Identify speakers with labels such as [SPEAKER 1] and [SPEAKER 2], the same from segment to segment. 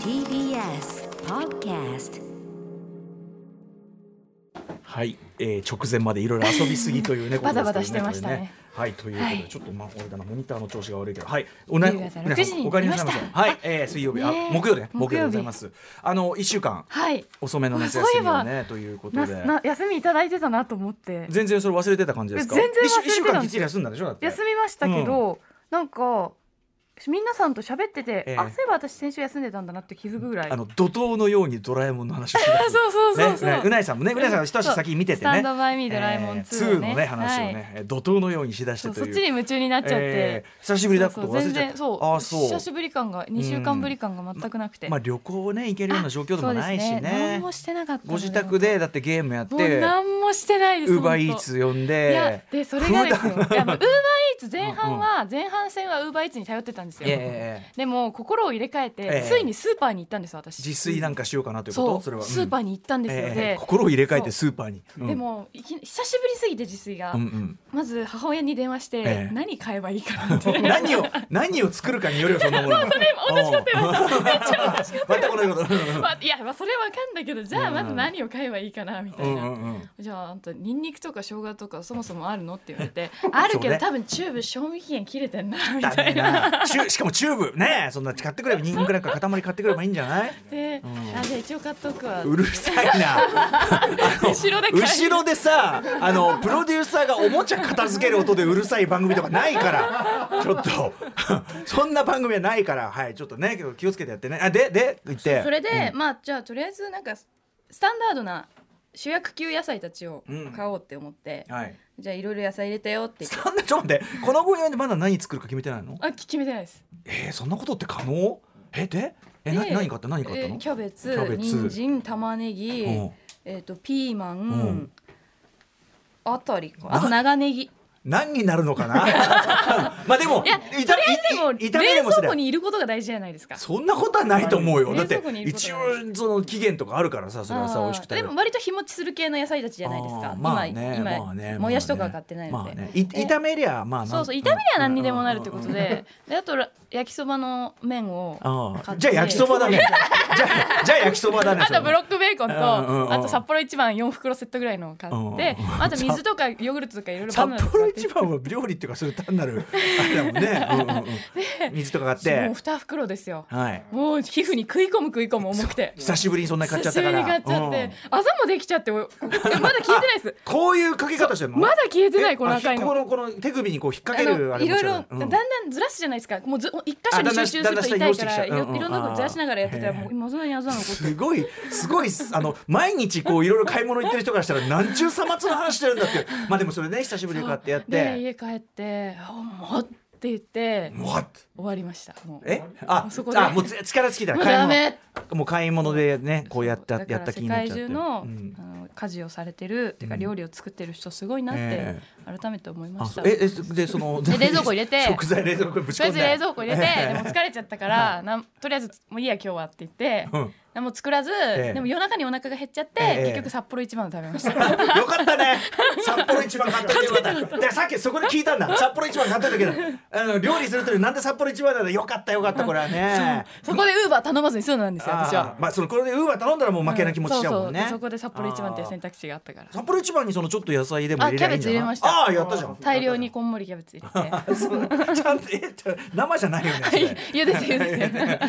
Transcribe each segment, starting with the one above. [SPEAKER 1] TBS Podcast
[SPEAKER 2] はい、えー直前までいろいろ遊びすぎというねこと
[SPEAKER 3] バ
[SPEAKER 2] ですけどね
[SPEAKER 3] タバタしてましたね
[SPEAKER 2] これはいということで、
[SPEAKER 3] はい
[SPEAKER 2] ちょっとまあこれだなモニターの調子が悪いけどはいおね
[SPEAKER 3] ゆうやさん
[SPEAKER 2] 皆
[SPEAKER 3] 6時に
[SPEAKER 2] お帰りなさいませ
[SPEAKER 3] 寝ました
[SPEAKER 2] はい、えー水曜日、あ
[SPEAKER 3] ねえ
[SPEAKER 2] 木曜日ね木
[SPEAKER 3] 木曜日
[SPEAKER 2] 曜日でございますあの一週間
[SPEAKER 3] はい
[SPEAKER 2] 遅めの夏休みを
[SPEAKER 3] そうい
[SPEAKER 2] ねということ
[SPEAKER 3] な
[SPEAKER 2] で
[SPEAKER 3] な休みいただいてたなと思って
[SPEAKER 2] 全然それ忘れてた感じですか
[SPEAKER 3] 全然忘れてた
[SPEAKER 2] 一
[SPEAKER 3] んで
[SPEAKER 2] 週
[SPEAKER 3] す
[SPEAKER 2] 一週間きっちり休んだでしょだって
[SPEAKER 3] 休みましたけど、なんか皆さんと喋って
[SPEAKER 2] え
[SPEAKER 3] て、
[SPEAKER 2] え
[SPEAKER 3] あそういえば私先週休んでたんだなって気づくぐらい
[SPEAKER 2] あの怒涛のようにドラえもんの話をし
[SPEAKER 3] あそうそうそうそう、
[SPEAKER 2] ねねうないさんもねうないさんが一足先に見て
[SPEAKER 3] ス
[SPEAKER 2] て
[SPEAKER 3] タン
[SPEAKER 2] ね
[SPEAKER 3] ドバイミードラえもん2
[SPEAKER 2] 2の
[SPEAKER 3] ね,、
[SPEAKER 2] ね話を
[SPEAKER 3] はい
[SPEAKER 2] ね、えー怒涛のようにしだし
[SPEAKER 3] そ
[SPEAKER 2] て
[SPEAKER 3] う
[SPEAKER 2] と
[SPEAKER 3] そっ
[SPEAKER 2] いう
[SPEAKER 3] ちに夢中になっちゃって、
[SPEAKER 2] えー久しぶりだったこと
[SPEAKER 3] そうそう
[SPEAKER 2] 忘れ
[SPEAKER 3] 全
[SPEAKER 2] ちゃっ
[SPEAKER 3] 然
[SPEAKER 2] た
[SPEAKER 3] そう
[SPEAKER 2] あーそう
[SPEAKER 3] 久しぶり感が2週間ぶり感が全くなくて、
[SPEAKER 2] まあ、旅行をね行けるような状況でもないし
[SPEAKER 3] そう
[SPEAKER 2] ね
[SPEAKER 3] ですね何もしてなかったの
[SPEAKER 2] ご自宅でだってゲームやっ
[SPEAKER 3] もう
[SPEAKER 2] て
[SPEAKER 3] 何もしてないです
[SPEAKER 2] ウーバーイー
[SPEAKER 3] 本当
[SPEAKER 2] ツ呼ん
[SPEAKER 3] いや
[SPEAKER 2] で
[SPEAKER 3] でそれがですよいやウーバーイーツ前
[SPEAKER 2] うんう
[SPEAKER 3] 半
[SPEAKER 2] ん
[SPEAKER 3] は、前半戦はウーバーイーツに頼ってたんですよ、
[SPEAKER 2] ええ
[SPEAKER 3] でも心を入れ替えて、
[SPEAKER 2] ええ
[SPEAKER 3] ついにスーパーに行ったんです私
[SPEAKER 2] 自炊なんかしようかなということ
[SPEAKER 3] そう
[SPEAKER 2] れは、うん
[SPEAKER 3] スーパーに行ったんですよ、
[SPEAKER 2] ええ
[SPEAKER 3] で
[SPEAKER 2] 心を入れ替えてスーパーに、うん
[SPEAKER 3] でもいき久しぶりすぎて自炊が、
[SPEAKER 2] うんうん
[SPEAKER 3] まず母親に電話して、
[SPEAKER 2] ええ
[SPEAKER 3] 何買えばいいか なって
[SPEAKER 2] 何を何を作るかによるよそんな ものそれ同じことまたこのこと
[SPEAKER 3] まあいや、まあ、それはわかんだけどじゃあまず何を買えばいいかなみた
[SPEAKER 2] う
[SPEAKER 3] い
[SPEAKER 2] ん
[SPEAKER 3] な、
[SPEAKER 2] うんうん
[SPEAKER 3] じゃああんたニンニクとか生姜とかそもそもあるのって言われてあ
[SPEAKER 2] そ
[SPEAKER 3] るけ
[SPEAKER 2] う
[SPEAKER 3] ど、
[SPEAKER 2] ね
[SPEAKER 3] 多分チューブ賞味期限切れてんなみ
[SPEAKER 2] だ
[SPEAKER 3] た
[SPEAKER 2] ね
[SPEAKER 3] いな。
[SPEAKER 2] なチュしかもチューブねえそんな買ってくればニンニクなんか塊買ってくればいいんじゃない
[SPEAKER 3] で、あじゃあ一応買っとくわ
[SPEAKER 2] うるさいな
[SPEAKER 3] 後ろで買い
[SPEAKER 2] 後ろでさあのプロデューサーがおもちゃ片付ける音でうるさい番組とかないからちょっと そんな番組はないからはいちょっとねけど気をつけてやってねあでで言って
[SPEAKER 3] それで、まあじゃあとりあえずなんかススタンダードな主役級野菜たちを
[SPEAKER 2] うん
[SPEAKER 3] 買おうって思って、
[SPEAKER 2] はい
[SPEAKER 3] じゃあいろいろ野菜入れたよって言って
[SPEAKER 2] そんなちょっと待ってこの分野でまだ何作るか決めてないの
[SPEAKER 3] あき決めてないです
[SPEAKER 2] えー、そんなことって可能えでえな
[SPEAKER 3] で
[SPEAKER 2] 何買った何買った
[SPEAKER 3] え
[SPEAKER 2] の
[SPEAKER 3] ーキャベツ
[SPEAKER 2] キャベツ
[SPEAKER 3] 人参玉ねぎ、
[SPEAKER 2] うん
[SPEAKER 3] えっ、とピーマン、
[SPEAKER 2] ん
[SPEAKER 3] あたりか
[SPEAKER 2] な
[SPEAKER 3] あと長ネギ
[SPEAKER 2] 何になるのかな まあでも
[SPEAKER 3] いやとりあえずでも
[SPEAKER 2] いい
[SPEAKER 3] 冷
[SPEAKER 2] 炒めでもす
[SPEAKER 3] 蔵
[SPEAKER 2] れ
[SPEAKER 3] 庫にいることが大事じゃないですか
[SPEAKER 2] そんなことはないと思うよ。だ
[SPEAKER 3] 冷
[SPEAKER 2] って
[SPEAKER 3] 蔵庫にいること
[SPEAKER 2] 一応
[SPEAKER 3] はな
[SPEAKER 2] その期限とかあるからさ、それはさ
[SPEAKER 3] あー
[SPEAKER 2] 美味しく食べ
[SPEAKER 3] で
[SPEAKER 2] る
[SPEAKER 3] も。割と日持ちする系の野菜たちじゃないです
[SPEAKER 2] あ
[SPEAKER 3] か
[SPEAKER 2] ーまあ
[SPEAKER 3] 今
[SPEAKER 2] ね、
[SPEAKER 3] 今、
[SPEAKER 2] まあね、
[SPEAKER 3] もやしとかは買ってないので、
[SPEAKER 2] まあね、い炒めりゃまあなん
[SPEAKER 3] そうそう炒めりゃ何にでもなるってこと。でであとら焼きそばの麺を
[SPEAKER 2] ああ
[SPEAKER 3] 買って
[SPEAKER 2] じゃあ焼きそばだ ね。じゃあじゃあ焼きそばだね。
[SPEAKER 3] あとブロ
[SPEAKER 2] ッ
[SPEAKER 3] ックベーコン
[SPEAKER 2] うんうんうん
[SPEAKER 3] とあと札幌一番4袋セットぐらいのを買って
[SPEAKER 2] うん
[SPEAKER 3] あと水とかヨーグルトとかいろいろバナナ
[SPEAKER 2] 札
[SPEAKER 3] とか
[SPEAKER 2] 幌
[SPEAKER 3] 買って
[SPEAKER 2] 一番は料理っていうかそれ単なるあれだもん ね。うんうんうん水とか買っ
[SPEAKER 3] もう
[SPEAKER 2] て、
[SPEAKER 3] 2袋ですよ
[SPEAKER 2] はい。
[SPEAKER 3] もう皮膚に食い込む食い込む重くて
[SPEAKER 2] 久しぶりにそんなに買っちゃったか
[SPEAKER 3] 久
[SPEAKER 2] ら。
[SPEAKER 3] しぶりに買っちゃって、
[SPEAKER 2] うん
[SPEAKER 3] あざもできちゃっておここまだ消えてないです
[SPEAKER 2] こういうかけ方してるの。
[SPEAKER 3] まだ消えてな
[SPEAKER 2] え
[SPEAKER 3] いこの赤い
[SPEAKER 2] あこ
[SPEAKER 3] の。
[SPEAKER 2] のこの手首にこう引っ掛
[SPEAKER 3] あ
[SPEAKER 2] ける
[SPEAKER 3] の
[SPEAKER 2] あれ
[SPEAKER 3] い
[SPEAKER 2] も
[SPEAKER 3] ろ
[SPEAKER 2] 違
[SPEAKER 3] いうろ
[SPEAKER 2] うん
[SPEAKER 3] だんだんずらすじゃないですかもうず一箇所に
[SPEAKER 2] あだんだん
[SPEAKER 3] 集中すると
[SPEAKER 2] だんだん下
[SPEAKER 3] 痛いか
[SPEAKER 2] に落ちてきちゃ
[SPEAKER 3] ら
[SPEAKER 2] う
[SPEAKER 3] い
[SPEAKER 2] うんう
[SPEAKER 3] ろ
[SPEAKER 2] ん
[SPEAKER 3] いろんなことずらしながらやってたら
[SPEAKER 2] あー
[SPEAKER 3] もう今そんなにあざ残って
[SPEAKER 2] すごいすごいあの毎日こういろいろ買い物行ってる人からしたら何ちゅうさまつの話してるんだっていうまあでもそれね久しぶりに買ってやっ
[SPEAKER 3] で
[SPEAKER 2] て
[SPEAKER 3] 家帰って「あもう」って言って
[SPEAKER 2] もわっ
[SPEAKER 3] 終わりましたもう
[SPEAKER 2] えあ
[SPEAKER 3] そこで
[SPEAKER 2] あもうつ力尽きた
[SPEAKER 3] も
[SPEAKER 2] ら買い
[SPEAKER 3] うダメ
[SPEAKER 2] 物もう買い物でねこうやってや
[SPEAKER 3] だか
[SPEAKER 2] った
[SPEAKER 3] ら
[SPEAKER 2] 気
[SPEAKER 3] 世
[SPEAKER 2] になっ
[SPEAKER 3] 界
[SPEAKER 2] ちゃって
[SPEAKER 3] 中
[SPEAKER 2] る
[SPEAKER 3] の,、
[SPEAKER 2] うん
[SPEAKER 3] あの家事をされてるっていうか
[SPEAKER 2] うん
[SPEAKER 3] 料理を作ってる人すごいなって
[SPEAKER 2] え
[SPEAKER 3] 改めて思いま
[SPEAKER 2] あ
[SPEAKER 3] し
[SPEAKER 2] そ
[SPEAKER 3] た、
[SPEAKER 2] うええでその
[SPEAKER 3] で冷蔵庫入れて
[SPEAKER 2] 食材冷蔵庫にぶち
[SPEAKER 3] とり
[SPEAKER 2] 込ん
[SPEAKER 3] あえず
[SPEAKER 2] で
[SPEAKER 3] 冷蔵庫入れて、
[SPEAKER 2] ええ
[SPEAKER 3] でも疲れちゃっ たからなんとりあえずもういいや今日はって言って、
[SPEAKER 2] うん
[SPEAKER 3] 何も作らず、
[SPEAKER 2] え
[SPEAKER 3] でも夜中にお腹が減っちゃって、
[SPEAKER 2] ええ
[SPEAKER 3] 結局札幌一番を食べました
[SPEAKER 2] よかったね札幌一番買っといてよかったでさっきそこで聞いたんだ札幌一番買っといたけどあの料理するときなんで札幌一番なんだよかったよかったこれはね
[SPEAKER 3] そこでウーバー頼まずに済んだんですよ 私
[SPEAKER 2] あ
[SPEAKER 3] は
[SPEAKER 2] ーまあそのこれでウーバー頼んだらもう負けな気持ちしちゃうもんね、
[SPEAKER 3] そうそうそこで札幌一番っていう選択肢があったから
[SPEAKER 2] 札幌一番にそのちょっと野菜でも入れりゃいいんじゃない
[SPEAKER 3] あキャベツ入れました
[SPEAKER 2] あーやったじゃん
[SPEAKER 3] 大量にこんもりキャベツ入れて
[SPEAKER 2] ちゃんとえちょ生じゃないよねそれ
[SPEAKER 3] 茹でて茹でて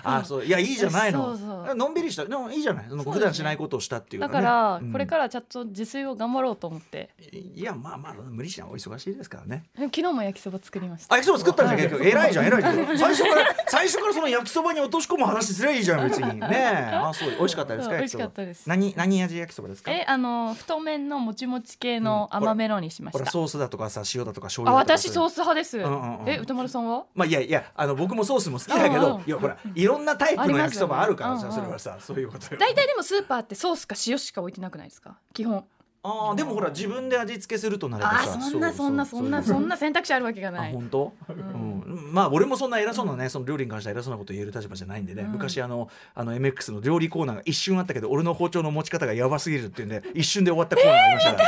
[SPEAKER 2] あーそういやいいじゃないの
[SPEAKER 3] そうそう
[SPEAKER 2] のんびりしたでもいいじゃないその
[SPEAKER 3] そう
[SPEAKER 2] 普
[SPEAKER 3] ですね
[SPEAKER 2] 段しないことをしたっていう
[SPEAKER 3] だ
[SPEAKER 2] ね
[SPEAKER 3] から、
[SPEAKER 2] うん
[SPEAKER 3] これからちゃんと自炊を頑張ろうと思って
[SPEAKER 2] いやまあまあ無理しないお忙しいですからね
[SPEAKER 3] でも昨日も焼きそば作りました
[SPEAKER 2] あ焼きそば作ったんじゃん結局偉いじゃん偉いじゃん最初から最初からその焼きそばに落とし込む話すりゃいいじゃん別にね あそう美味しかったです
[SPEAKER 3] そう
[SPEAKER 2] か焼きそば
[SPEAKER 3] 美味しかったです
[SPEAKER 2] 何何味焼きそばですか
[SPEAKER 3] えあの太麺のもちもち系の
[SPEAKER 2] うんほら
[SPEAKER 3] 甘めのにしまし
[SPEAKER 2] ほら
[SPEAKER 3] た、
[SPEAKER 2] ソースだとかさ塩だとか醤
[SPEAKER 3] あ
[SPEAKER 2] 油だとか
[SPEAKER 3] 私ソース派です、
[SPEAKER 2] んうんうん
[SPEAKER 3] え歌丸さんは
[SPEAKER 2] まあいやいやあの僕もソースも好きだけ
[SPEAKER 3] うん
[SPEAKER 2] ど
[SPEAKER 3] うん
[SPEAKER 2] いやほらいろんなタイプ
[SPEAKER 3] あり
[SPEAKER 2] の
[SPEAKER 3] ます
[SPEAKER 2] 焼き
[SPEAKER 3] よね
[SPEAKER 2] そばあるから
[SPEAKER 3] うん
[SPEAKER 2] さ
[SPEAKER 3] うん
[SPEAKER 2] それはさそういうことよ
[SPEAKER 3] 大体でもスーパーってソースか塩しか置いてなくないですか基本
[SPEAKER 2] あーでもほら自分で味付けするとなれば
[SPEAKER 3] あ
[SPEAKER 2] さ
[SPEAKER 3] ーそんなそんなそんなそんな選択肢あるわけが
[SPEAKER 2] あ
[SPEAKER 3] ない
[SPEAKER 2] 本当、うんまあ俺もそんな偉そうなねその料理に関して偉そうなこと言える立場じゃないんでね、昔あのあの MX の料理コーナーが一瞬あったけど俺の包丁の持ち方がやばすぎるっていうんで一瞬で終わったコーナーがありましたか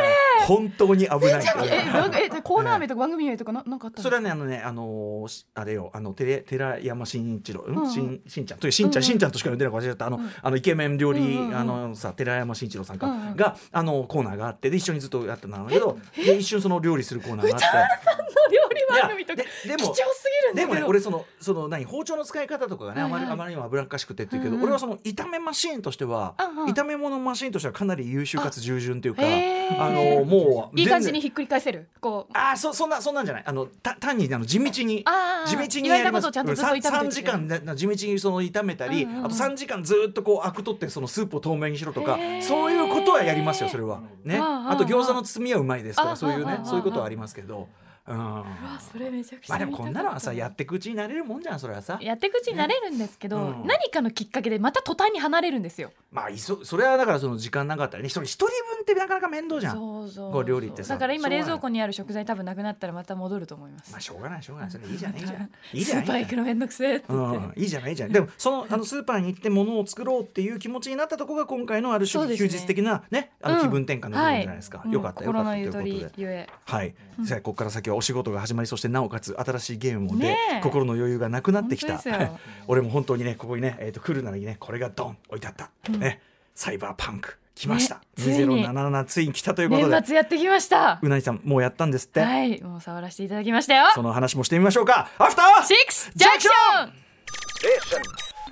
[SPEAKER 2] ら、本当に危ないから
[SPEAKER 3] え番組えコーナー名とか番組名とかななんかあった
[SPEAKER 2] そ
[SPEAKER 3] の
[SPEAKER 2] れはねあのねあのーしあれよあのてれ寺山真一郎、、
[SPEAKER 3] うんん
[SPEAKER 2] しんしんちゃんというしんちゃん、
[SPEAKER 3] うん
[SPEAKER 2] しんちゃんとしか呼んでないか忘れちゃったあの、あのイケメン料理、
[SPEAKER 3] うんうんうん
[SPEAKER 2] あのさ寺山真一郎さんか、
[SPEAKER 3] うんうん
[SPEAKER 2] があのコーナーがあってで一緒にずっとやってたんだけどで一瞬その料理するコーナーがあって。
[SPEAKER 3] 料理
[SPEAKER 2] いや
[SPEAKER 3] 番組とか
[SPEAKER 2] でで
[SPEAKER 3] 貴重
[SPEAKER 2] も
[SPEAKER 3] すぎるん
[SPEAKER 2] で
[SPEAKER 3] だけど
[SPEAKER 2] もね俺そのその何包丁の使い方とかがねあまり
[SPEAKER 3] はいはい
[SPEAKER 2] あまりにも油っかしくてっていうけ
[SPEAKER 3] う
[SPEAKER 2] ど
[SPEAKER 3] んうん
[SPEAKER 2] 俺はその炒めマシーンとしては
[SPEAKER 3] うんうん
[SPEAKER 2] 炒め物マシーンとしてはかなり優秀かつ従順というか
[SPEAKER 3] へー
[SPEAKER 2] あのもう
[SPEAKER 3] いい感じ
[SPEAKER 2] 全然
[SPEAKER 3] にひっくり返せるこう
[SPEAKER 2] あーそそんなそんなんじゃないあのた単にあの地道に
[SPEAKER 3] あー
[SPEAKER 2] 地道に
[SPEAKER 3] 言われ
[SPEAKER 2] やり
[SPEAKER 3] たこ
[SPEAKER 2] ま
[SPEAKER 3] と
[SPEAKER 2] す
[SPEAKER 3] をちゃんとずっと
[SPEAKER 2] 三
[SPEAKER 3] 炒め
[SPEAKER 2] 三
[SPEAKER 3] て
[SPEAKER 2] 時
[SPEAKER 3] きてる
[SPEAKER 2] 間なな地道にその炒めたり
[SPEAKER 3] うんうんうん
[SPEAKER 2] あと3時間ずっとこうアク取ってそのスープを透明にしろとか
[SPEAKER 3] へー
[SPEAKER 2] そういうことはやりますよそれはね
[SPEAKER 3] うんうんうん
[SPEAKER 2] あと餃子の包みはうまいですと
[SPEAKER 3] う
[SPEAKER 2] か
[SPEAKER 3] ん
[SPEAKER 2] そういう
[SPEAKER 3] うんうん
[SPEAKER 2] ね
[SPEAKER 3] うん
[SPEAKER 2] そういうことはありますけどうん
[SPEAKER 3] あそれめちゃくちゃ
[SPEAKER 2] まあでもこんなのはさ
[SPEAKER 3] 見た
[SPEAKER 2] や
[SPEAKER 3] か
[SPEAKER 2] ってくうちになれるもんじゃんそれはさ
[SPEAKER 3] たやっていくうちになれるんですけど、
[SPEAKER 2] うん
[SPEAKER 3] 何かのきっかけでまた途端に離れるんですよ
[SPEAKER 2] まあいそそれはだからその時間なかったらね一人一人分ってなかなか面倒じゃん
[SPEAKER 3] そうそう
[SPEAKER 2] こう料理ってさ
[SPEAKER 3] だから
[SPEAKER 2] し
[SPEAKER 3] 今
[SPEAKER 2] ょうがない
[SPEAKER 3] 冷蔵庫にある食材多分なくなったらまた戻ると思います、
[SPEAKER 2] まあしょうがないしょうがないそれいいじゃないいいじゃないいいじ
[SPEAKER 3] ス
[SPEAKER 2] ゃない
[SPEAKER 3] ーパー行くのめんどくせえって言って、
[SPEAKER 2] うん、いいじゃないいいじゃないでもそのあのスーパーに行って物を作ろうっていう気持ちになったとこが今回のある
[SPEAKER 3] そ
[SPEAKER 2] 種
[SPEAKER 3] うです
[SPEAKER 2] 休
[SPEAKER 3] ね
[SPEAKER 2] 日的なねあの気分転換の部分じゃないですか、
[SPEAKER 3] うん
[SPEAKER 2] よかったよかったということ
[SPEAKER 3] 心のゆと
[SPEAKER 2] で
[SPEAKER 3] り。ゆえ
[SPEAKER 2] はい、じゃあここから先はお仕事が始まりそしてなおかつ新しいゲームをで、
[SPEAKER 3] ねえ
[SPEAKER 2] 心の余裕がなくなってきた
[SPEAKER 3] 本当ですよ
[SPEAKER 2] 俺も本当にねここにね、えー、と来るならにねこれがドン置いてあった、ねサイバーパンク来ました、
[SPEAKER 3] ねついに
[SPEAKER 2] 2077ついに来たということで
[SPEAKER 3] 年末やってきました
[SPEAKER 2] うなぎさんもうやったんですって、
[SPEAKER 3] はいもう触らせていただきましたよ
[SPEAKER 2] その話もしてみましょうかアフター
[SPEAKER 3] シックスジャンクション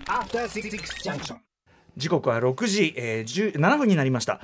[SPEAKER 4] After Six Junction.
[SPEAKER 2] 時刻は6時、えー、10 7分になりました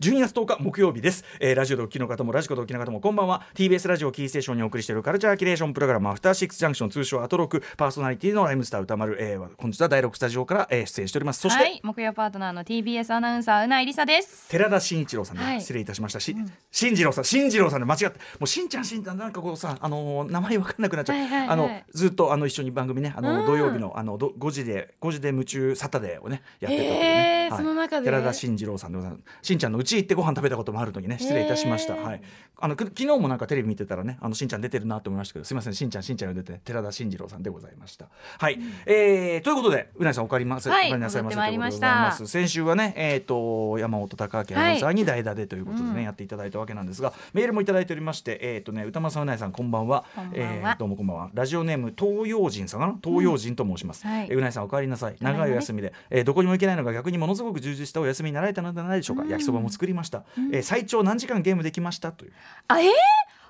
[SPEAKER 2] じ12月10日木曜日です、えーラジオでお聞きの方もラジコでお聞きの方もこんばんは TBS ラジオキーステーションにお送りしているカルチャーキュレーションプログラムアフターシックスジャンクション通称アトロクパーソナリティのライムスター歌丸、えー、本日は第6スタジオから、えー出演しておりますそして、
[SPEAKER 3] はい木曜パートナーの TBS アナウンサーうないりさです
[SPEAKER 2] 寺田真一郎さんね、
[SPEAKER 3] はい
[SPEAKER 2] 失礼いたしましたし、新次郎さん新次郎さんで間違ってもうしんちゃんしんちゃんなんかこうさあのー名前わかんなくなっちゃう、
[SPEAKER 3] はいはいはい
[SPEAKER 2] あのずっとあの一緒に番組ねあ
[SPEAKER 3] う
[SPEAKER 2] の
[SPEAKER 3] ん
[SPEAKER 2] 土曜日のあのど5時で5時で夢中サタデーをねやってたという
[SPEAKER 3] へ
[SPEAKER 2] ね、
[SPEAKER 3] ーその中で
[SPEAKER 2] 寺田真次郎さんでございますしんちゃんの家行ってご飯食べたこともあるのにね失礼いたしました、
[SPEAKER 3] へー
[SPEAKER 2] はいあのく昨日もなんかテレビ見てたらねあのしんちゃん出てるなと思いましたけどすいませんしんちゃんしんちゃん呼んでて寺田真次郎さんでございましたはい、えーということでうなぎさんお帰りませ、
[SPEAKER 3] は
[SPEAKER 2] お
[SPEAKER 3] い
[SPEAKER 2] 帰りなさいませ
[SPEAKER 3] 戻ってまいりまし
[SPEAKER 2] とい
[SPEAKER 3] た
[SPEAKER 2] うことでございます先週はね、えー、と山本隆明アナウンサーに代打でということでね、やっていただいたわけなんですがメールもいただいておりまして、えーとね、歌丸さん、うないさんこんばんは
[SPEAKER 3] こんばん
[SPEAKER 2] え
[SPEAKER 3] は
[SPEAKER 2] ーどうもこんばんはラジオネーム東洋人さんかな東洋人と申します、
[SPEAKER 3] はい
[SPEAKER 2] えーうないさんお帰りなさい長いお休みで、えーどこにも行けないのが逆にものすごく充実したお休みになられたのではないでしょうか、焼きそばも作りました、えー最長何時間ゲームできましたという
[SPEAKER 3] あえー、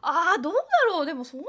[SPEAKER 3] あーどうだろうでもそんなに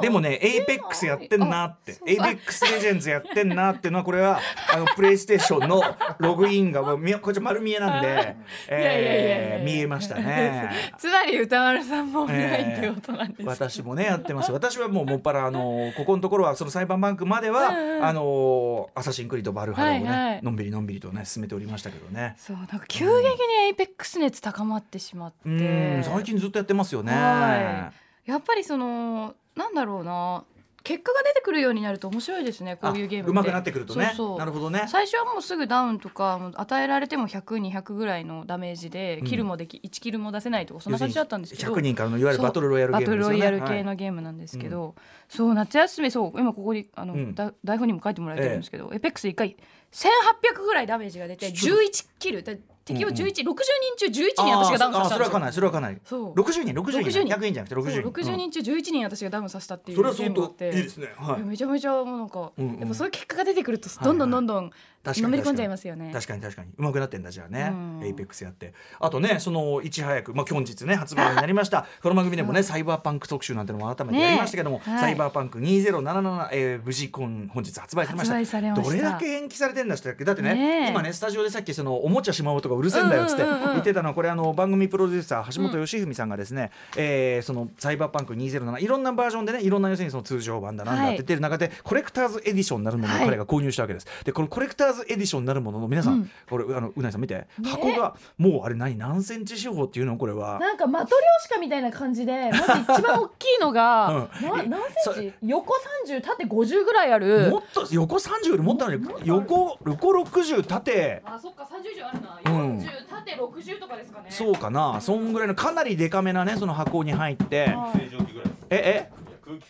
[SPEAKER 2] でもね、エイペックスやってんなって、エイペックスレジェンズやってんなっていうのは、これは、あの、プレイステーションのログインが、もうみこっち丸見えなんで、
[SPEAKER 3] いやいやいやいや
[SPEAKER 2] えー見えましたね。
[SPEAKER 3] つまり歌丸さんもオンラインってことなんです、ね
[SPEAKER 2] 私もねやってます私はもうもっぱらあ のここのところはその裁判バンクまでは、あのアサシンクリードバルハラをね、
[SPEAKER 3] はいはい
[SPEAKER 2] のんびりのんびりとね進めておりましたけどね
[SPEAKER 3] そうなんか急激にエイペックス熱高まってしまって、
[SPEAKER 2] うん最近ずっとやってますよね
[SPEAKER 3] はやっぱりそのなんだろうな結果が出てくるようになると面白いですねこういうゲーム
[SPEAKER 2] あ
[SPEAKER 3] って
[SPEAKER 2] 上手くなってくるとね
[SPEAKER 3] そうそう
[SPEAKER 2] なるほどね
[SPEAKER 3] 最初はもうすぐダウンとかもう与えられても100200ぐらいのダメージでキルもでき、1キルも出せないとかそんな感じだったんですけど
[SPEAKER 2] 100人からのいわゆるバトルロイヤルゲームですよね
[SPEAKER 3] そうバトルロイヤル系
[SPEAKER 2] はい
[SPEAKER 3] のゲームなんですけど、そう夏休みそう今ここにあの、
[SPEAKER 2] うん
[SPEAKER 3] だ台本にも書いてもらえてるんですけど、エペックス1回1800ぐらいダメージが出て
[SPEAKER 2] ち
[SPEAKER 3] 11
[SPEAKER 2] ょ
[SPEAKER 3] キルで敵を
[SPEAKER 2] うんうん
[SPEAKER 3] 11、60人中11人私がダウンさ
[SPEAKER 2] あーそあー
[SPEAKER 3] せたん
[SPEAKER 2] それ
[SPEAKER 3] で
[SPEAKER 2] は
[SPEAKER 3] す
[SPEAKER 2] か
[SPEAKER 3] よ
[SPEAKER 2] なりそれはかなり
[SPEAKER 3] そう
[SPEAKER 2] 60人60
[SPEAKER 3] 60
[SPEAKER 2] 人
[SPEAKER 3] 人
[SPEAKER 2] 100人じゃなくて60
[SPEAKER 3] そう
[SPEAKER 2] 人
[SPEAKER 3] 60人中11人私がダウンさせたって
[SPEAKER 2] う
[SPEAKER 3] い
[SPEAKER 2] ん
[SPEAKER 3] う
[SPEAKER 2] それは
[SPEAKER 3] ゲー
[SPEAKER 2] 相
[SPEAKER 3] ムがあっ
[SPEAKER 2] 当
[SPEAKER 3] て
[SPEAKER 2] いいですねはい
[SPEAKER 3] めちゃめちゃもうなんか、
[SPEAKER 2] うんうん
[SPEAKER 3] やっぱそういう結果が出てくると
[SPEAKER 2] い
[SPEAKER 3] どんどんどんどん
[SPEAKER 2] 確か
[SPEAKER 3] の
[SPEAKER 2] に
[SPEAKER 3] めり込んじゃいますよね。
[SPEAKER 2] 確かに確かにうまくなってんだじゃあね
[SPEAKER 3] うん
[SPEAKER 2] エイペックスやってあとねそのいち早くまあ今日ね発売になりま したこの番組でもねサイバーパンク特集なんてのも改めてやりましたけども
[SPEAKER 3] ねえはい
[SPEAKER 2] サイバーパンク2077えー無事今本日発売されました
[SPEAKER 3] 発売されました
[SPEAKER 2] どれだけ延期されてんだしたっけだって
[SPEAKER 3] ね
[SPEAKER 2] ね
[SPEAKER 3] え
[SPEAKER 2] 今ねスタジオでさっきそのおもちゃしまおうとかうるせえんだよっつって
[SPEAKER 3] うんうんうんうん
[SPEAKER 2] 言ってたのはこれあの番組プロデューサー橋本義文さんがですねえーそのサイバーパンク2077いろんなバージョンでねいろんな要するにその通常版だなんだって
[SPEAKER 3] はい
[SPEAKER 2] 言ってる中でコレクターズエディションになるものを彼が購入したわけですでこのコレクターズエディションになるものの皆さん、
[SPEAKER 3] うん
[SPEAKER 2] これあのうなぎさん見て箱がもうあれ何何センチ四方っていうのこれは
[SPEAKER 3] なんかマトリョーシカみたいな感じでまず一番大きいのが、
[SPEAKER 2] うん
[SPEAKER 3] な何セン
[SPEAKER 2] そ
[SPEAKER 3] チ横30縦50ぐらいある
[SPEAKER 2] もっと横30よりもっとあるよ横横60縦
[SPEAKER 3] あそっか30以上あるな
[SPEAKER 2] うん
[SPEAKER 3] 縦60とかですかね
[SPEAKER 2] そうかなそんぐらいのかなりデカめなねその箱に入って
[SPEAKER 3] はい
[SPEAKER 2] ええ
[SPEAKER 5] 空気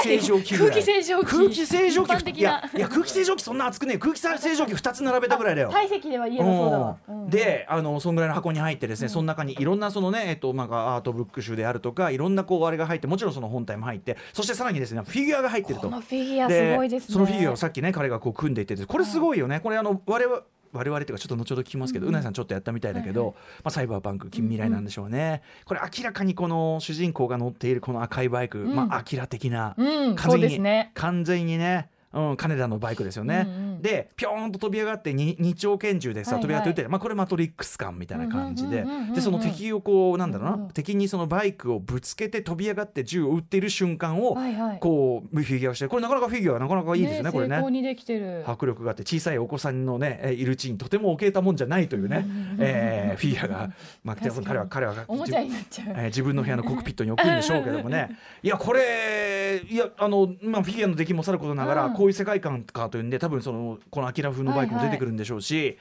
[SPEAKER 5] 清浄機
[SPEAKER 2] 空気清浄機ぐらい
[SPEAKER 3] 空気清浄機
[SPEAKER 2] 空気清浄機
[SPEAKER 3] 一般的ない
[SPEAKER 2] やいや空気清浄機そんな熱くねえ空気清浄機2つ並べたぐらいだよ
[SPEAKER 3] 体積では言えなそうだわ、うん
[SPEAKER 2] であのそんぐらいの箱に入ってですね、その中にいろんなそのねえっとまあアートブック集であるとかいろんなこうあれが入ってもちろんその本体も入ってそしてさらにですねフィギュアが入ってると
[SPEAKER 3] このフィギュアすごいですね
[SPEAKER 2] そのフィギュアをさっきね彼がこう組んでいてですこれすごいよね、これあの我々我々というかちょっと後ほど聞きますけど、うなぎさんちょっとやったみたいだけど、まあ、サイバーパンク近未来なんでしょうね、これ明らかにこの主人公が乗っているこの赤いバイク、
[SPEAKER 3] ん
[SPEAKER 2] まあアキラ的な、
[SPEAKER 3] うん、
[SPEAKER 2] 完全
[SPEAKER 3] そう
[SPEAKER 2] に
[SPEAKER 3] ですね
[SPEAKER 2] 完全にね、うん、金田のバイクですよね。
[SPEAKER 3] うんうん
[SPEAKER 2] でピョーンと飛び上がってに二丁拳銃でさ、
[SPEAKER 3] はいはい
[SPEAKER 2] 飛び上がって撃ってる、まあ、これマトリックス感みたいな感じで
[SPEAKER 3] うんうんうんうんうんうん
[SPEAKER 2] でその敵をこうなんだろうな、
[SPEAKER 3] うんうん
[SPEAKER 2] 敵にそのバイクをぶつけて飛び上がって銃を撃っている瞬間を、
[SPEAKER 3] はいはい
[SPEAKER 2] こうフィギュアをしてこれなかなかフィギュアなかなかいいですよねこれ
[SPEAKER 3] 成功
[SPEAKER 2] ね。
[SPEAKER 3] にできてる
[SPEAKER 2] 迫力があって小さいお子さんのねえいるうちにとてもおけたもんじゃないという ね、えーフィギュアが、まあ、
[SPEAKER 3] 確かに
[SPEAKER 2] 彼は彼は
[SPEAKER 3] おもちゃになっち ゃう、
[SPEAKER 2] えー自分の部屋のコックピットに置くんでしょうけども ねいやこれいやあの、まあ、フィギュアの出来もさることながら、
[SPEAKER 3] うん
[SPEAKER 2] こういう世界観かというんで多分そのこのアキラ風のバイクも出てくるんでしょうし、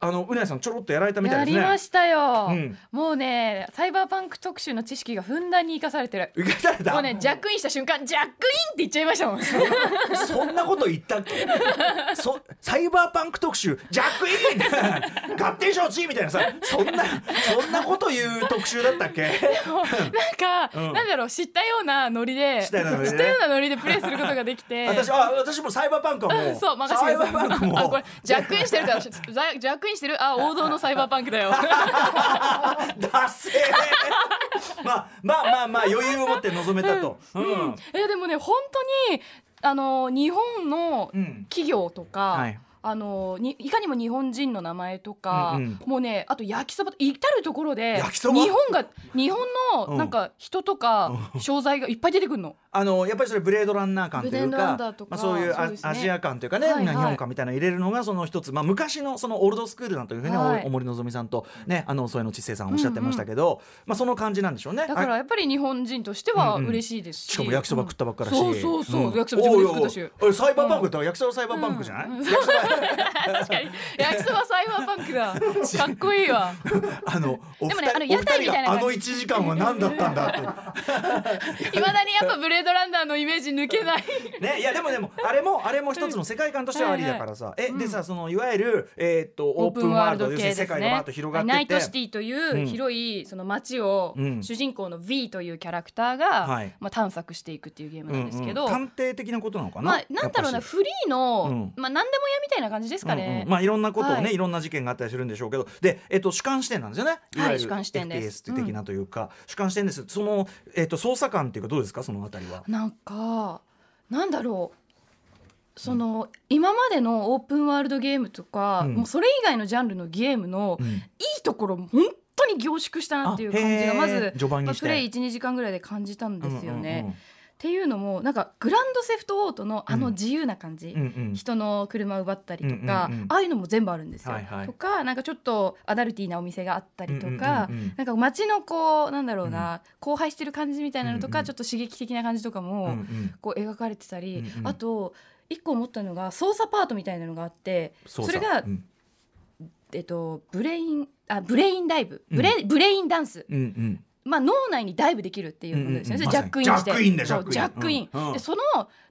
[SPEAKER 2] あのうなやさんちょろっとやられたみた
[SPEAKER 3] や
[SPEAKER 2] いで
[SPEAKER 3] り
[SPEAKER 2] すね。
[SPEAKER 3] ましたよ、
[SPEAKER 2] うん
[SPEAKER 3] もうねサイバーパンク特集の知識がふんだんに生かされてる
[SPEAKER 2] 受けられ
[SPEAKER 3] も
[SPEAKER 2] た
[SPEAKER 3] うねジャックインした瞬間ジャックインって言っちゃいましたもん
[SPEAKER 2] そんなこと言ったっけ そサイバーパンク特集ジャック・イン 合併承知みたいなさそんなそんなこと言う特集だったっけ
[SPEAKER 3] なんか、
[SPEAKER 2] うん
[SPEAKER 3] なんだろう知ったようなノリで
[SPEAKER 2] 知ったようなノリでね
[SPEAKER 3] 知ったようなノリでプレイすることができ て
[SPEAKER 2] 私あ私もサイバーパンクはもう
[SPEAKER 3] そう任せ
[SPEAKER 2] サ
[SPEAKER 3] て
[SPEAKER 2] イ
[SPEAKER 3] く
[SPEAKER 2] バー
[SPEAKER 3] ださい
[SPEAKER 2] パンクも
[SPEAKER 3] あこれジャックインしてるからジャジャックインしてるあ王道のサイバーパンクだよ
[SPEAKER 2] ダセー まあまあまあまあ余裕を持って臨めたと。うん。
[SPEAKER 3] えでもね本当にあの日本の
[SPEAKER 2] うん。
[SPEAKER 3] 企業とか、
[SPEAKER 2] はい
[SPEAKER 3] あのにいかにも日本人の名前とか、
[SPEAKER 2] うんうん
[SPEAKER 3] もうねあと焼きそば至る所で
[SPEAKER 2] 焼きそば
[SPEAKER 3] 日本が日本
[SPEAKER 2] うん
[SPEAKER 3] のなんか人とか商材がいっぱい出てくるの。
[SPEAKER 2] あのやっぱりそれブレードランナー感とい
[SPEAKER 3] ブレ
[SPEAKER 2] う
[SPEAKER 3] ードラ
[SPEAKER 2] か
[SPEAKER 3] ンナーとか
[SPEAKER 2] まあ、そういう
[SPEAKER 3] そ
[SPEAKER 2] あ
[SPEAKER 3] うですね
[SPEAKER 2] アジア感というかね、
[SPEAKER 3] はいはい
[SPEAKER 2] 日本感みたいなの入れるのがその一つ、まあ、昔のそのオールドスクールなんというふうに
[SPEAKER 3] はい
[SPEAKER 2] お森のぞみさんと、ね、あの添野知世さんおっしゃってましたけど、まあ、その感じなんでしょうね。
[SPEAKER 3] だからやっぱり日本人としては
[SPEAKER 2] うんうん
[SPEAKER 3] 嬉しいですし、
[SPEAKER 2] しかも焼きそば食ったばっかだし、
[SPEAKER 3] そうそうそう、
[SPEAKER 2] ん
[SPEAKER 3] 焼きそば自分で作ったし
[SPEAKER 2] おいおいおいサイバーパンクだったら焼きそばサイバーパンクじゃない、焼きそば
[SPEAKER 3] 確かに焼きそばサイバーパンク だかっこいいわ
[SPEAKER 2] あのお
[SPEAKER 3] で
[SPEAKER 2] 二
[SPEAKER 3] もねあの
[SPEAKER 2] 人
[SPEAKER 3] 屋
[SPEAKER 2] お
[SPEAKER 3] 台
[SPEAKER 2] 二人
[SPEAKER 3] みたい
[SPEAKER 2] があ
[SPEAKER 3] な感じ
[SPEAKER 2] の1時間は何だったんだって
[SPEAKER 3] いまだにやっぱブレードランナーのイメージ抜けない
[SPEAKER 2] ね、いやでもでもあれもあれも一つの世界観としてはありだからさ、えでさそのいわゆるえーっとオープンワールド要するに世界がバーッと広がって
[SPEAKER 3] ナ
[SPEAKER 2] っ
[SPEAKER 3] イ
[SPEAKER 2] て
[SPEAKER 3] トシティとい
[SPEAKER 2] うん
[SPEAKER 3] う広いその街を
[SPEAKER 2] うん
[SPEAKER 3] 主人公の V というキャラクター
[SPEAKER 2] はい
[SPEAKER 3] がまあ探索していくっていうゲームなんですけど、
[SPEAKER 2] うんうん探偵的なことなのかな。
[SPEAKER 3] まあなんだろ
[SPEAKER 2] や
[SPEAKER 3] うな
[SPEAKER 2] っぱし
[SPEAKER 3] フリーの
[SPEAKER 2] う
[SPEAKER 3] まあ何でも屋みたいな感じですか
[SPEAKER 2] うん
[SPEAKER 3] ね
[SPEAKER 2] うん。まあいろんなことをね、、
[SPEAKER 3] はいい
[SPEAKER 2] ろんな事件があったりするんでしょうけどで、えっと、主観視点なんですよねいわゆる
[SPEAKER 3] 主観視点です
[SPEAKER 2] FPS 的なというか、主観視点ですその、えっと、捜査官っていうかどうですかそのあたりは。
[SPEAKER 3] なんかなんだろうその今までのオープンワールドゲームとか、
[SPEAKER 2] うん
[SPEAKER 3] もうそれ以外のジャンルのゲームの
[SPEAKER 2] うん
[SPEAKER 3] いいところ本当に凝縮したなっていう感じが
[SPEAKER 2] あ
[SPEAKER 3] ま
[SPEAKER 2] へー
[SPEAKER 3] ず
[SPEAKER 2] 序盤
[SPEAKER 3] ま
[SPEAKER 2] に
[SPEAKER 3] あ
[SPEAKER 2] して
[SPEAKER 3] プレイ12時間ぐらいで感じたんですよね。
[SPEAKER 2] うんうん
[SPEAKER 3] っていうのもなんかグランドセフトオートのあの自由な感じ、
[SPEAKER 2] うんうんうん
[SPEAKER 3] 人の車奪ったりとか、
[SPEAKER 2] うんうんうん
[SPEAKER 3] ああいうのも全部あるんですよ。
[SPEAKER 2] はいはい
[SPEAKER 3] とかなんかちょっとアダルティーなお店があったりと
[SPEAKER 2] うんうんうんうん
[SPEAKER 3] か、なんか街のこうなんだろうな、荒廃してる感じみたいなのとか、
[SPEAKER 2] うんうん
[SPEAKER 3] ちょっと刺激的な感じとかも、
[SPEAKER 2] うんうん
[SPEAKER 3] こう描かれてたり、
[SPEAKER 2] うんうん
[SPEAKER 3] あと一個思ったのが操作パートみたいなのがあって
[SPEAKER 2] 捜査
[SPEAKER 3] それが、
[SPEAKER 2] うん
[SPEAKER 3] えっと、ブレインあブレインダイブブレ,、ブレインダンス、
[SPEAKER 2] うんうん
[SPEAKER 3] まあ、脳内にダイブできるっていうことですよね、
[SPEAKER 2] うんうんうん
[SPEAKER 3] ジャックインして
[SPEAKER 2] ジャックインだ
[SPEAKER 3] そう
[SPEAKER 2] ジ
[SPEAKER 3] ジ
[SPEAKER 2] ャ
[SPEAKER 3] ャ
[SPEAKER 2] ッ
[SPEAKER 3] ッ
[SPEAKER 2] ク
[SPEAKER 3] ク
[SPEAKER 2] イ
[SPEAKER 3] イ
[SPEAKER 2] ン
[SPEAKER 3] ン、
[SPEAKER 2] うんうん
[SPEAKER 3] でその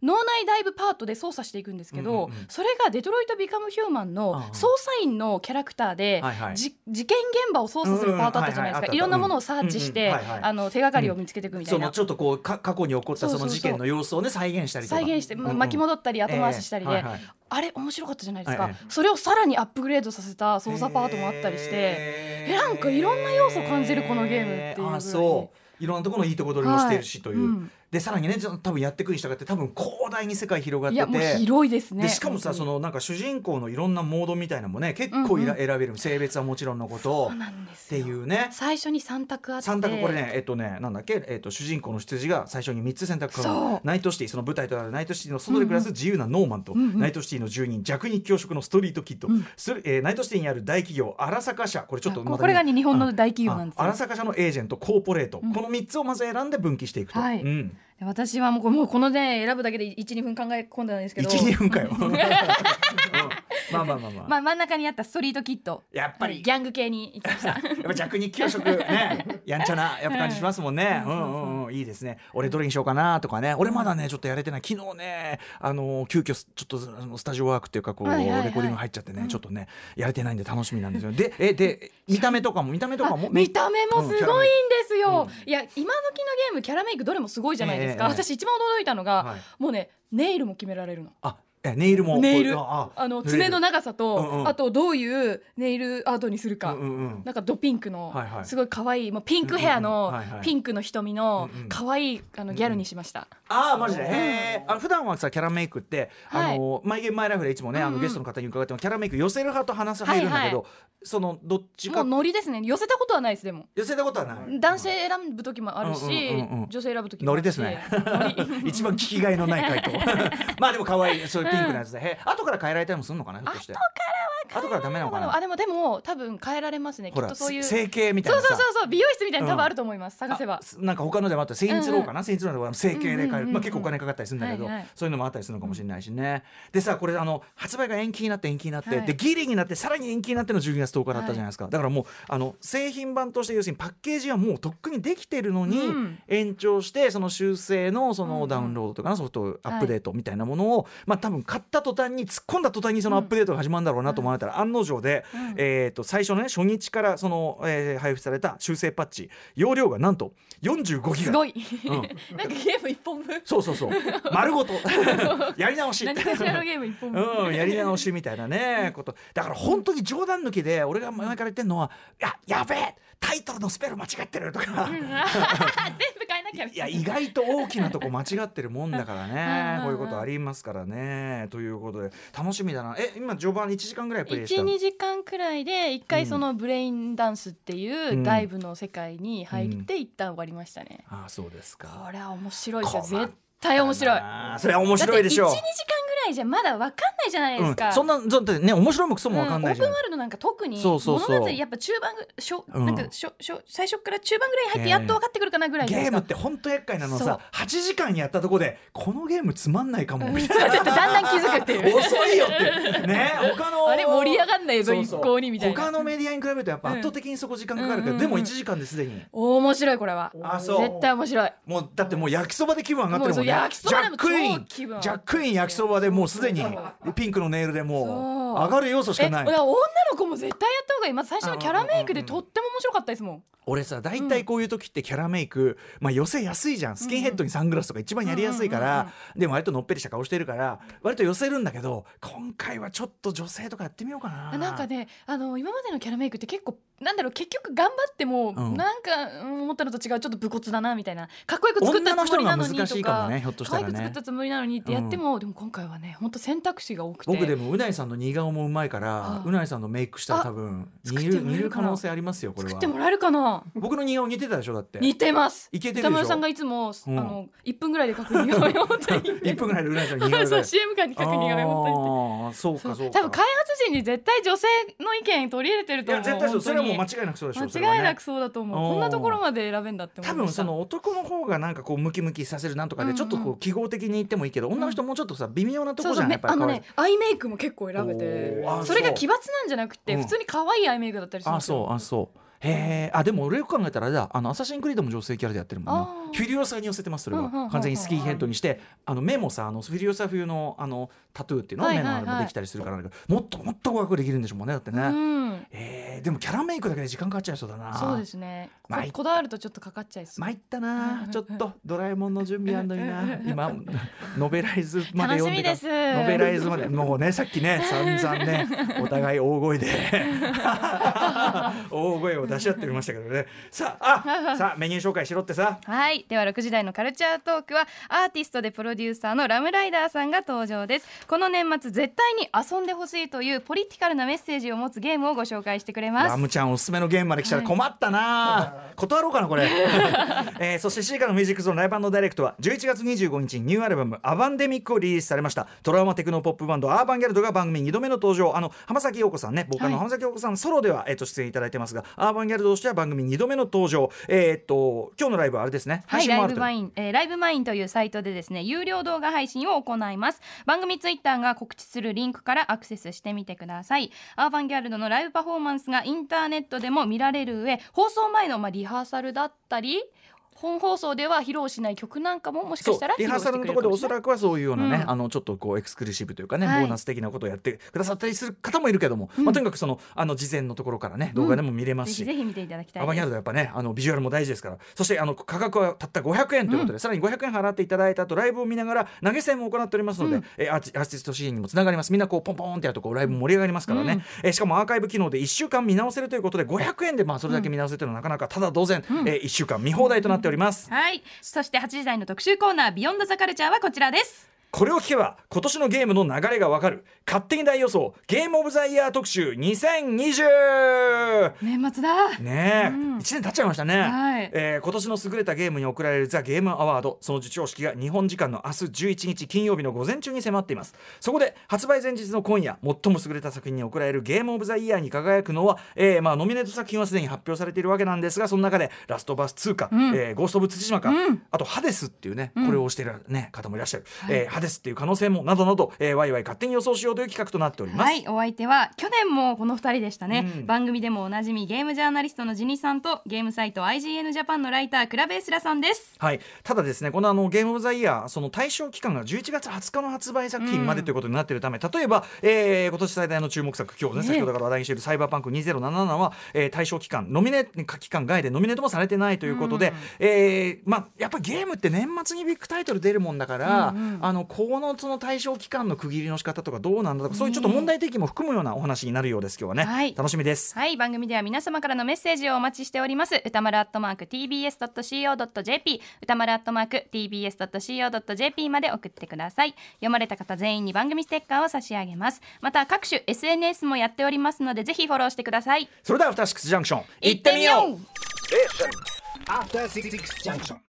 [SPEAKER 3] 脳内ダイブパートで操作していくんですけど、
[SPEAKER 2] うんうんうん
[SPEAKER 3] それがデトロイト・ビカム・ヒューマン
[SPEAKER 2] あ
[SPEAKER 3] の
[SPEAKER 2] あ
[SPEAKER 3] 捜査員のキャラクターで、
[SPEAKER 2] はいはい
[SPEAKER 3] じ事件現場を操作するパートあったじゃないです
[SPEAKER 2] うんうんはいはいあったあっ
[SPEAKER 3] か、
[SPEAKER 2] た
[SPEAKER 3] いろんなものをサーチして、
[SPEAKER 2] うんうんうんはいはい
[SPEAKER 3] あの手がかりを見つけていくみた
[SPEAKER 2] そ
[SPEAKER 3] いな、
[SPEAKER 2] のちょっとこうか過去に起こったその事件の様子をね再現したりとか
[SPEAKER 3] 再現して、ま
[SPEAKER 2] うんうん
[SPEAKER 3] 巻き戻ったり後回ししたりで、
[SPEAKER 2] ええはいはい
[SPEAKER 3] あれ面白かったじゃないです
[SPEAKER 2] は
[SPEAKER 3] か、
[SPEAKER 2] いはい
[SPEAKER 3] それをさらにアップグレードさせた操作パートもあったりして、
[SPEAKER 2] え
[SPEAKER 3] えなんかいろんな要素を感じるこのゲームっていうぐらい
[SPEAKER 2] あそういろんなところのいいとこ取りもしてるしという、
[SPEAKER 3] うん
[SPEAKER 2] でさらにねちょっと多分やっていくに従って多分広大に世界広がって
[SPEAKER 3] い
[SPEAKER 2] て
[SPEAKER 3] やもう広いですね
[SPEAKER 2] でしかもさそのなんか主人公のいろんなモードみたいなのもね結構いら、選べる性別はもちろんのこと
[SPEAKER 3] そうなんで
[SPEAKER 2] っ
[SPEAKER 3] す
[SPEAKER 2] て
[SPEAKER 3] よ
[SPEAKER 2] いうね
[SPEAKER 3] 最初に3択あって
[SPEAKER 2] 三択これねえっとねなんだっけえっと主人公の羊が最初に三つ選択可
[SPEAKER 3] そ
[SPEAKER 2] 能
[SPEAKER 3] う
[SPEAKER 2] ナイトシティその舞台となるナイトシティの外で暮らす自由なノーマンと、
[SPEAKER 3] んうん
[SPEAKER 2] ナイトシティの住人弱肉強食のストリートキッド、それえーナイトシティにある大企業荒坂社これちょっと
[SPEAKER 3] あ
[SPEAKER 2] またね
[SPEAKER 3] これがね日本の大企業なんですよ
[SPEAKER 2] あ荒坂社のエージェントコーポレート、この三つをまず選んで分岐していくと、
[SPEAKER 3] はい
[SPEAKER 2] うん、
[SPEAKER 3] で私はもうこれもうこのね選ぶだけで12分考え込んだんですけど
[SPEAKER 2] 12分か よ、うんまあまあまあまあ、
[SPEAKER 3] まあ、真ん中にあったストリートキット
[SPEAKER 2] やっぱり
[SPEAKER 3] ギャング系に行きました
[SPEAKER 2] やっぱ弱肉強食ねやんちゃなやっぱ感じしますもんね。うんうんうん。いいですね俺どれにしようかなとかね俺まだねちょっとやれてない昨日ねあの急遽すちょっとあのスタジオワークっていうかこう、
[SPEAKER 3] はいはいはい
[SPEAKER 2] レコーディング入っちゃってね、ちょっとねやれてないんで楽しみなんですよでえで見た目とかも見た目とかも
[SPEAKER 3] 見た目もすごいんです
[SPEAKER 2] う
[SPEAKER 3] よ
[SPEAKER 2] ん、
[SPEAKER 3] いや今時のゲームキャラメイクどれもすごいじゃないですか、
[SPEAKER 2] ええええ
[SPEAKER 3] 私一番驚いたのが、
[SPEAKER 2] はい
[SPEAKER 3] もうねネイルも決められるの
[SPEAKER 2] あえネイルも
[SPEAKER 3] ネイル
[SPEAKER 2] こうあ
[SPEAKER 3] あ
[SPEAKER 2] ネ
[SPEAKER 3] の
[SPEAKER 2] イル
[SPEAKER 3] 爪の長さと、
[SPEAKER 2] うんうん
[SPEAKER 3] あとどういうネイルアートにするか、
[SPEAKER 2] うんうんうん
[SPEAKER 3] なんかドピンクの、
[SPEAKER 2] はいはい
[SPEAKER 3] すごい可愛いもうピンクヘア
[SPEAKER 2] うんうん
[SPEAKER 3] の、
[SPEAKER 2] うんはいはい
[SPEAKER 3] ピンクの瞳の
[SPEAKER 2] うんうん
[SPEAKER 3] 可愛いあのギャルにしました、
[SPEAKER 2] ああマジで、へーあの普段はさキャラメイクって、
[SPEAKER 3] はい
[SPEAKER 2] あのマイゲームマイライフでいつもね、あ
[SPEAKER 3] うんう
[SPEAKER 2] の
[SPEAKER 3] ん
[SPEAKER 2] ゲストの方に伺ってもキャラメイク寄せる派と話す派いるんだけど、
[SPEAKER 3] は
[SPEAKER 2] そのどっち
[SPEAKER 3] も
[SPEAKER 2] か
[SPEAKER 3] うノリですね寄せたことはないですでも
[SPEAKER 2] 寄せたことはない
[SPEAKER 3] 男性選ぶ時もあるし、
[SPEAKER 2] うんうんうんうん
[SPEAKER 3] 女性選ぶ時も
[SPEAKER 2] ノ
[SPEAKER 3] ある
[SPEAKER 2] リで
[SPEAKER 3] し
[SPEAKER 2] すね
[SPEAKER 3] ノ リ
[SPEAKER 2] 一番聞きがいのない回 答まあでも可愛いそういうピンクのやつで、へー後から変えられたりもするのかなひょっとして後からは後からダメなのかな
[SPEAKER 3] あでもでも多分変えられますねき
[SPEAKER 2] ほ
[SPEAKER 3] っ
[SPEAKER 2] ら
[SPEAKER 3] とそういう
[SPEAKER 2] 整形みたい
[SPEAKER 3] そう
[SPEAKER 2] なさ
[SPEAKER 3] そうそうそう美容室みたいに多
[SPEAKER 2] うん
[SPEAKER 3] 分あると思います、探せば
[SPEAKER 2] あすなんか他のでもあったセインツローかな、セインツローの整形で買え
[SPEAKER 3] うんうんう
[SPEAKER 2] る、
[SPEAKER 3] ん
[SPEAKER 2] まあ、結構お金かかったりするんだけど、
[SPEAKER 3] はいはい
[SPEAKER 2] そういうのもあったりするのかもしれないしね、でさこれあの発売が延期になって延期になって、
[SPEAKER 3] はい
[SPEAKER 2] でギリになってさらに延期になっての12月10日だったじゃないですか、だからもうあの製品版として要するにパッケージはもうとっくにできてるのに、
[SPEAKER 3] うん
[SPEAKER 2] 延長してその修正のそ
[SPEAKER 3] うんう
[SPEAKER 2] の
[SPEAKER 3] ん
[SPEAKER 2] ダウンロードとかのソフトアップデートみたいなものを、まあ多分買った途端に突っ込んだ途端にそのアップデートが始まるんだろうなと思われたら、案の定で、
[SPEAKER 3] うん
[SPEAKER 2] えー、と最初のね初日からその、えー配布された修正パッチ容量がなんと45ギ
[SPEAKER 3] す
[SPEAKER 2] ガ。
[SPEAKER 3] ごい、
[SPEAKER 2] うん
[SPEAKER 3] なんかゲーム一本分
[SPEAKER 2] そう そうそう丸ごとやり直し
[SPEAKER 3] 何かしらのゲーム一本分、
[SPEAKER 2] うん、やり直しみたいなねことだから本当に冗談抜きで俺が前から言ってるのは「いややべえタイトルのスペル間違ってる」とか。
[SPEAKER 3] 全部変えなきゃみ
[SPEAKER 2] い
[SPEAKER 3] た
[SPEAKER 2] や
[SPEAKER 3] いな
[SPEAKER 2] 意外と大きなとこ 間違ってるもんだからね
[SPEAKER 3] う
[SPEAKER 2] こ
[SPEAKER 3] ん
[SPEAKER 2] う
[SPEAKER 3] う
[SPEAKER 2] い
[SPEAKER 3] んうん
[SPEAKER 2] うことありますからねということで楽しみだなえ今序盤1時間ぐらいプレイしたの
[SPEAKER 3] 12時間くらいで一回そのブレインダンスって
[SPEAKER 2] う
[SPEAKER 3] い
[SPEAKER 2] ん
[SPEAKER 3] う外部の世界に入って一旦終わりましたね、
[SPEAKER 2] ああそうです
[SPEAKER 3] こ
[SPEAKER 2] か
[SPEAKER 3] れは面白いですよ
[SPEAKER 2] 困ったな
[SPEAKER 3] 絶対面白い
[SPEAKER 2] あーそれは面白いでしょう
[SPEAKER 3] だって12時間ぐらいじゃまだわかんないじゃないですか、
[SPEAKER 2] うん、そんなだってね面白いもクソも分かんないじゃん、
[SPEAKER 3] うんオープンワールドなんか特に
[SPEAKER 2] そうそうそう
[SPEAKER 3] 物語やっぱ中盤ぐしょ、
[SPEAKER 2] うん
[SPEAKER 3] なんかしょしょ最初から中盤ぐらいに入ってやっと分かってくるかなぐらいじ
[SPEAKER 2] ゲ
[SPEAKER 3] ゃないで
[SPEAKER 2] ーム
[SPEAKER 3] すか
[SPEAKER 2] って本当厄介なのは
[SPEAKER 3] そ
[SPEAKER 2] さ
[SPEAKER 3] う
[SPEAKER 2] 8時間やったとこでこのゲームつまんないかも みたいな
[SPEAKER 3] だんだん気づくっていう
[SPEAKER 2] 遅いよって ね他の
[SPEAKER 3] あれ盛り上がんないぞ
[SPEAKER 2] そうそう
[SPEAKER 3] 一向にみたいな
[SPEAKER 2] 他のメディアに比べるとやっぱ圧倒的にそこ時間かかるけど、
[SPEAKER 3] うん
[SPEAKER 2] でも
[SPEAKER 3] うんうん
[SPEAKER 2] 1時間ですでに
[SPEAKER 3] 面白いこれは
[SPEAKER 2] あそう
[SPEAKER 3] 絶対面白い
[SPEAKER 2] もうだってもう焼きそばで気分上がってるもんね
[SPEAKER 3] もうそう焼きそばで
[SPEAKER 2] ジャ
[SPEAKER 3] も
[SPEAKER 2] ックイ
[SPEAKER 3] 超気分上が
[SPEAKER 2] ン
[SPEAKER 3] る
[SPEAKER 2] ジャックイン焼きそばでもうすでにピンクのネイルでもう
[SPEAKER 3] そう
[SPEAKER 2] 上がる要素し
[SPEAKER 3] え
[SPEAKER 2] か
[SPEAKER 3] だ
[SPEAKER 2] ない
[SPEAKER 3] から女の子も絶対やった方がいいまず最初のキャラメイクでとっても面白かったですもん
[SPEAKER 2] 俺さ大体こういう時ってキャラメイク、まあ寄せやすいじゃんスキンヘッドにサングラスとか一番やりやすいから、でも割とのっぺりした顔してるから割と寄せるんだけど今回はちょっと女性とかやってみようかな
[SPEAKER 3] なんかねあの今までのキャラメイクって結構なんだろう結局頑張っても、
[SPEAKER 2] うん
[SPEAKER 3] なんかうん思ったのと違うちょっと武骨だなみたいなかっこよく作っ
[SPEAKER 2] 女
[SPEAKER 3] た
[SPEAKER 2] の
[SPEAKER 3] つも
[SPEAKER 2] 人
[SPEAKER 3] り
[SPEAKER 2] が
[SPEAKER 3] なのに
[SPEAKER 2] 難し
[SPEAKER 3] と
[SPEAKER 2] いか
[SPEAKER 3] か
[SPEAKER 2] もねひょっとした
[SPEAKER 3] 可愛
[SPEAKER 2] ら
[SPEAKER 3] く作っ
[SPEAKER 2] ね
[SPEAKER 3] たつもりなのにってやっても、でも今回はね本当選択肢が多くて
[SPEAKER 2] 僕でもうないさんの似顔もうまいから
[SPEAKER 3] あ
[SPEAKER 2] うないさんのメイクしたら多分
[SPEAKER 3] 作っ
[SPEAKER 2] 似
[SPEAKER 3] てもらえ
[SPEAKER 2] る
[SPEAKER 3] るか
[SPEAKER 2] 似る
[SPEAKER 3] な
[SPEAKER 2] 可能性ありますよこれ
[SPEAKER 3] 作
[SPEAKER 2] は
[SPEAKER 3] ってもらえるかな
[SPEAKER 2] 僕の似顔似てたでしょだって
[SPEAKER 3] 似てます
[SPEAKER 2] いけてるでしょ
[SPEAKER 3] 北村さんがいつも、
[SPEAKER 2] うん
[SPEAKER 3] あの1分ぐらいで確認をよ本当に
[SPEAKER 2] 1分ぐらいでうないさんの似顔
[SPEAKER 3] そう
[SPEAKER 2] 絵
[SPEAKER 3] そう CM 間に確認をよ本当にって
[SPEAKER 2] ああそうかそうか
[SPEAKER 3] 多分開発陣に絶対女性の意見取り入れてる
[SPEAKER 2] い
[SPEAKER 3] と思
[SPEAKER 2] や
[SPEAKER 3] う
[SPEAKER 2] 絶対そうそれはもう間
[SPEAKER 3] 本
[SPEAKER 2] 違いなくそうでし
[SPEAKER 3] 当
[SPEAKER 2] ょ
[SPEAKER 3] に
[SPEAKER 2] それは
[SPEAKER 3] 間違
[SPEAKER 2] ね
[SPEAKER 3] いなくそうだと思
[SPEAKER 2] おー
[SPEAKER 3] うこんなところまで選べんだって思
[SPEAKER 2] 多
[SPEAKER 3] いま
[SPEAKER 2] 分
[SPEAKER 3] した
[SPEAKER 2] その男の方がなんかこうムキムキさせるなんとか
[SPEAKER 3] うん
[SPEAKER 2] で
[SPEAKER 3] うん
[SPEAKER 2] ちょっとこう記号的に言ってもいいけど、女の人もうちょっとさ微妙なとこじゃないやっぱ
[SPEAKER 3] あ
[SPEAKER 2] り
[SPEAKER 3] の
[SPEAKER 2] 可愛い
[SPEAKER 3] ねアイメイクも結構選べて
[SPEAKER 2] おーあ
[SPEAKER 3] それが
[SPEAKER 2] そう
[SPEAKER 3] 奇抜なんじゃなくて、
[SPEAKER 2] うん
[SPEAKER 3] 普通に可愛いアイメイクだったりするん
[SPEAKER 2] あ
[SPEAKER 3] ですよ
[SPEAKER 2] そうあそうへえあでも俺よく考えたらあれだあのアサシンクリードも女性キャラでやってるもん
[SPEAKER 3] あ
[SPEAKER 2] な
[SPEAKER 3] ー
[SPEAKER 2] フィリオサに寄せてますそれは、
[SPEAKER 3] うんうんうんうん
[SPEAKER 2] 完全にスキーヘッドにしてあの目もさあのフィリオサ風のあのタトゥーっていうのを
[SPEAKER 3] はい
[SPEAKER 2] 目
[SPEAKER 3] は
[SPEAKER 2] の
[SPEAKER 3] いは
[SPEAKER 2] あ
[SPEAKER 3] い
[SPEAKER 2] れもできたりするからだけど、もっともっと怖くできるんでしょうもんねだってね、
[SPEAKER 3] うん
[SPEAKER 2] えーでもキャラメイクだけで時間かかっちゃいそうだな
[SPEAKER 3] そうですねこ
[SPEAKER 2] まい
[SPEAKER 3] こだわるとちょっとかかっちゃいそう
[SPEAKER 2] 参ったなちょっとドラえもんの準備あんのにな今ノベライズまで読んで
[SPEAKER 3] 楽しみです
[SPEAKER 2] ノベライズまでもうねさっき ね散々ねお互い大声で大声を出し合ってましたけどねさあ あさあメニュー紹介しろってさ
[SPEAKER 3] はいでは6時台のカルチャートークはアーティストでプロデューサーのラムライダーさんが登場ですこの年末絶対に遊んでほしいというポリティカルなメッセージを持つゲームをご紹介してくれます
[SPEAKER 2] ラムちゃんおすすめのゲームまで来たら困ったな、断ろうかなこ れ、えーそして C からのミュージックゾーンライブダイレクトは11月25日にニューアルバム「アバンデミック」をリリースされましたトラウマテクノポップバンドアーバンギャルドが番組2度目の登場あの浜崎陽子さんね僕あの浜崎陽子さんソロでは、えー、と出演いただいてますがアーバンギャルドとしては番組2度目の登場えっ、と今日のライブはあれですね
[SPEAKER 3] はい、
[SPEAKER 2] も
[SPEAKER 3] ラ
[SPEAKER 2] ある
[SPEAKER 3] イブ
[SPEAKER 2] と
[SPEAKER 3] マイン、えーライブマインというサイトでですね、有料動画配信を行います。番組ツイッターが告知するリンクからアクセスしてみてください。アーバンギャルドのライブパフォーマンスがインターネットでも見られる上、放送前のまあリハーサルだったり。本放送では披露しない曲なんかももし
[SPEAKER 2] そ
[SPEAKER 3] か
[SPEAKER 2] う
[SPEAKER 3] したら
[SPEAKER 2] リハーサルのところでおそ
[SPEAKER 3] く
[SPEAKER 2] らくはそういうようなね、
[SPEAKER 3] うん
[SPEAKER 2] あのちょっとこうエクスクルーシブというかね、
[SPEAKER 3] はい
[SPEAKER 2] ボーナス的なことをやってくださったりする方もいるけども、まあ、とにかくそのあの事前のところからね動画でも見れます
[SPEAKER 3] ぜ
[SPEAKER 2] し、
[SPEAKER 3] ひぜひ見ていただきた
[SPEAKER 2] アバン
[SPEAKER 3] い
[SPEAKER 2] ギャル
[SPEAKER 3] です
[SPEAKER 2] ドやっぱねあのビジュアルも大事ですからそしてあの価格はたった500円ということで、さらに500円払っていただいた後ライブを見ながら投げ銭も行っておりますので、えアーティアーティストシーンにもつながりますみんなこうポンポンってやるとこうライブ盛り上がりますからね、えしかもアーカイブ機能で1週間見直せるということで500円でまあそれだけ見直せるというのはなかなかただ同然、え1週間見放題となっております。
[SPEAKER 3] はいそして8時台の特集コーナービヨンドザカルチャーはこちらです
[SPEAKER 2] これを聞けば今年のゲームの流れがわかる勝手に大予想ゲームオブザイヤー特集2020
[SPEAKER 3] 年末だ
[SPEAKER 2] ねえ、1年経っちゃいましたね、
[SPEAKER 3] はい
[SPEAKER 2] えー今年の優れたゲームに贈られるザ・ゲームアワードその授賞式が日本時間の明日11日金曜日の午前中に迫っていますそこで発売前日の今夜最も優れた作品に贈られるゲームオブザイヤーに輝くのは、えーまあ、ノミネート作品はすでに発表されているわけなんですがその中で「ラストバス2か」えーゴースト・オブ・対馬か」あと「ハデス」っていうねこれを推している、ね、方もいらっしゃる、えーハデスっていう可能性もなどなど、えー、ワイワイ勝手に予想しようという企画となっております、
[SPEAKER 3] はいお相手は去年もこの2人でしたね、
[SPEAKER 2] うん
[SPEAKER 3] 番組でもおなじみゲームジャーナリストのジニさんとゲームサイト IGN ジャパンのライタークラベースラさんです
[SPEAKER 2] はい、ただですねこのあのゲームオブザイヤーその対象期間が11月20日の発売作品までということになっているため、例えば、えー今年最大の注目作今日ね先ほどから話題にしている「サイバーパンク2077」は、えー対象期間ノミネ期間外でノミネートもされてないということで、えーまあ、やっぱりゲームって年末にビッグタイトル出るもんだから、あのこのその対象期間の区切りの仕方とかどうなんだとかそういうちょっと問題提起も含むようなお話になるようです今日はね、
[SPEAKER 3] はい
[SPEAKER 2] 楽しみです。
[SPEAKER 3] はい番組では皆様からのメッセージをお待ちしております歌丸アットマーク tbs.co.jp 歌丸アットマーク tbs.co.jp まで送ってください読まれた方全員に番組ステッカーを差し上げますまた各種 SNS もやっておりますのでぜひフォローしてください
[SPEAKER 2] それではアフターシックスジャンクション
[SPEAKER 3] 行ってみよう
[SPEAKER 4] Station. After Six Junction.